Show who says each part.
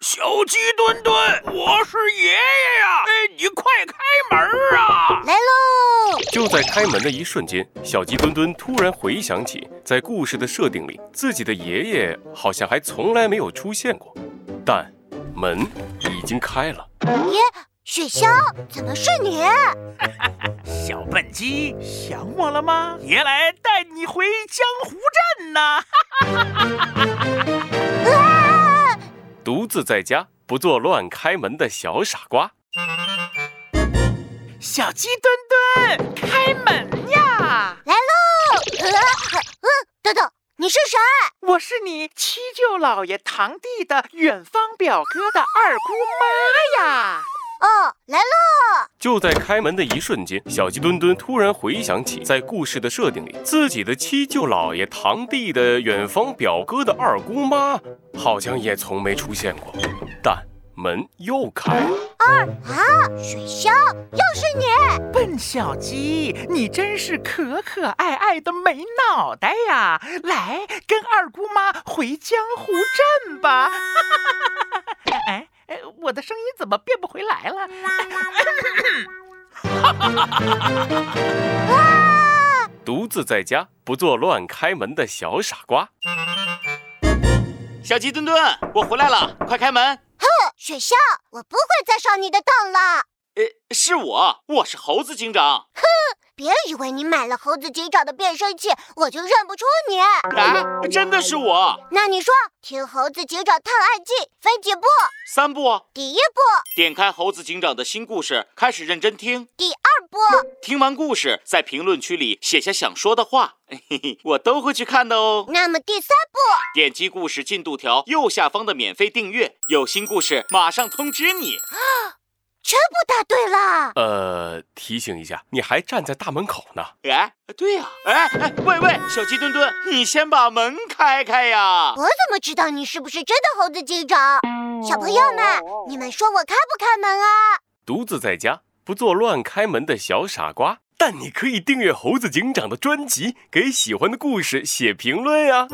Speaker 1: 小鸡墩墩，我是爷爷呀！哎，你快开门啊！
Speaker 2: 来喽！
Speaker 3: 就在开门的一瞬间，小鸡墩墩突然回想起，在故事的设定里，自己的爷爷好像还从来没有出现过，但门已经开了。
Speaker 2: 咦，雪橇，怎么是你？呃
Speaker 1: 小笨鸡，想我了吗？爷来带你回江湖镇呐、
Speaker 3: 独自在家不做乱开门的小傻瓜，
Speaker 1: 小鸡墩墩，开门呀！
Speaker 2: 来喽！呃，呃，等等，你是谁？
Speaker 4: 我是你七舅老爷堂弟的远方表哥的二姑妈呀！
Speaker 2: 哦，来喽！
Speaker 3: 就在开门的一瞬间，小鸡墩墩突然回想起，在故事的设定里，自己的七舅姥爷、堂弟的远方表哥的二姑妈，好像也从没出现过，但门又开了。
Speaker 2: 啊，雪橇，又是你！
Speaker 4: 笨小鸡，你真是可可爱爱的没脑袋呀！来，跟二姑妈回江湖镇吧！ 哎哎，我的声音怎么变不回来了？
Speaker 3: 独自在家不做乱开门的小傻瓜，
Speaker 5: 小鸡墩墩，我回来了，快开门！
Speaker 2: 雪橇，我不会再上你的当了。
Speaker 5: 呃，是我，我是猴子警长。
Speaker 2: 别以为你买了猴子警长的变声器，我就认不出你。
Speaker 5: 啊，真的是我！
Speaker 2: 那你说，听猴子警长探案记分几步？
Speaker 5: 三步，
Speaker 2: 第一步，
Speaker 5: 点开猴子警长的新故事，开始认真听。
Speaker 2: 第二步。
Speaker 5: 听完故事，在评论区里写下想说的话， 嘿嘿，我都会去看的哦。
Speaker 2: 那么第三步，
Speaker 5: 点击故事进度条右下方的免费订阅，有新故事马上通知你。
Speaker 2: 全部答对了。
Speaker 3: 呃，提醒一下，你还站在大门口呢。
Speaker 5: 哎，对呀、哎哎，喂喂，小鸡墩墩，你先把门开开呀！
Speaker 2: 我怎么知道你是不是真的猴子警长？小朋友们，你们说我开不开门啊？
Speaker 3: 独自在家不做乱开门的小傻瓜。但你可以订阅猴子警长的专辑，给喜欢的故事写评论呀、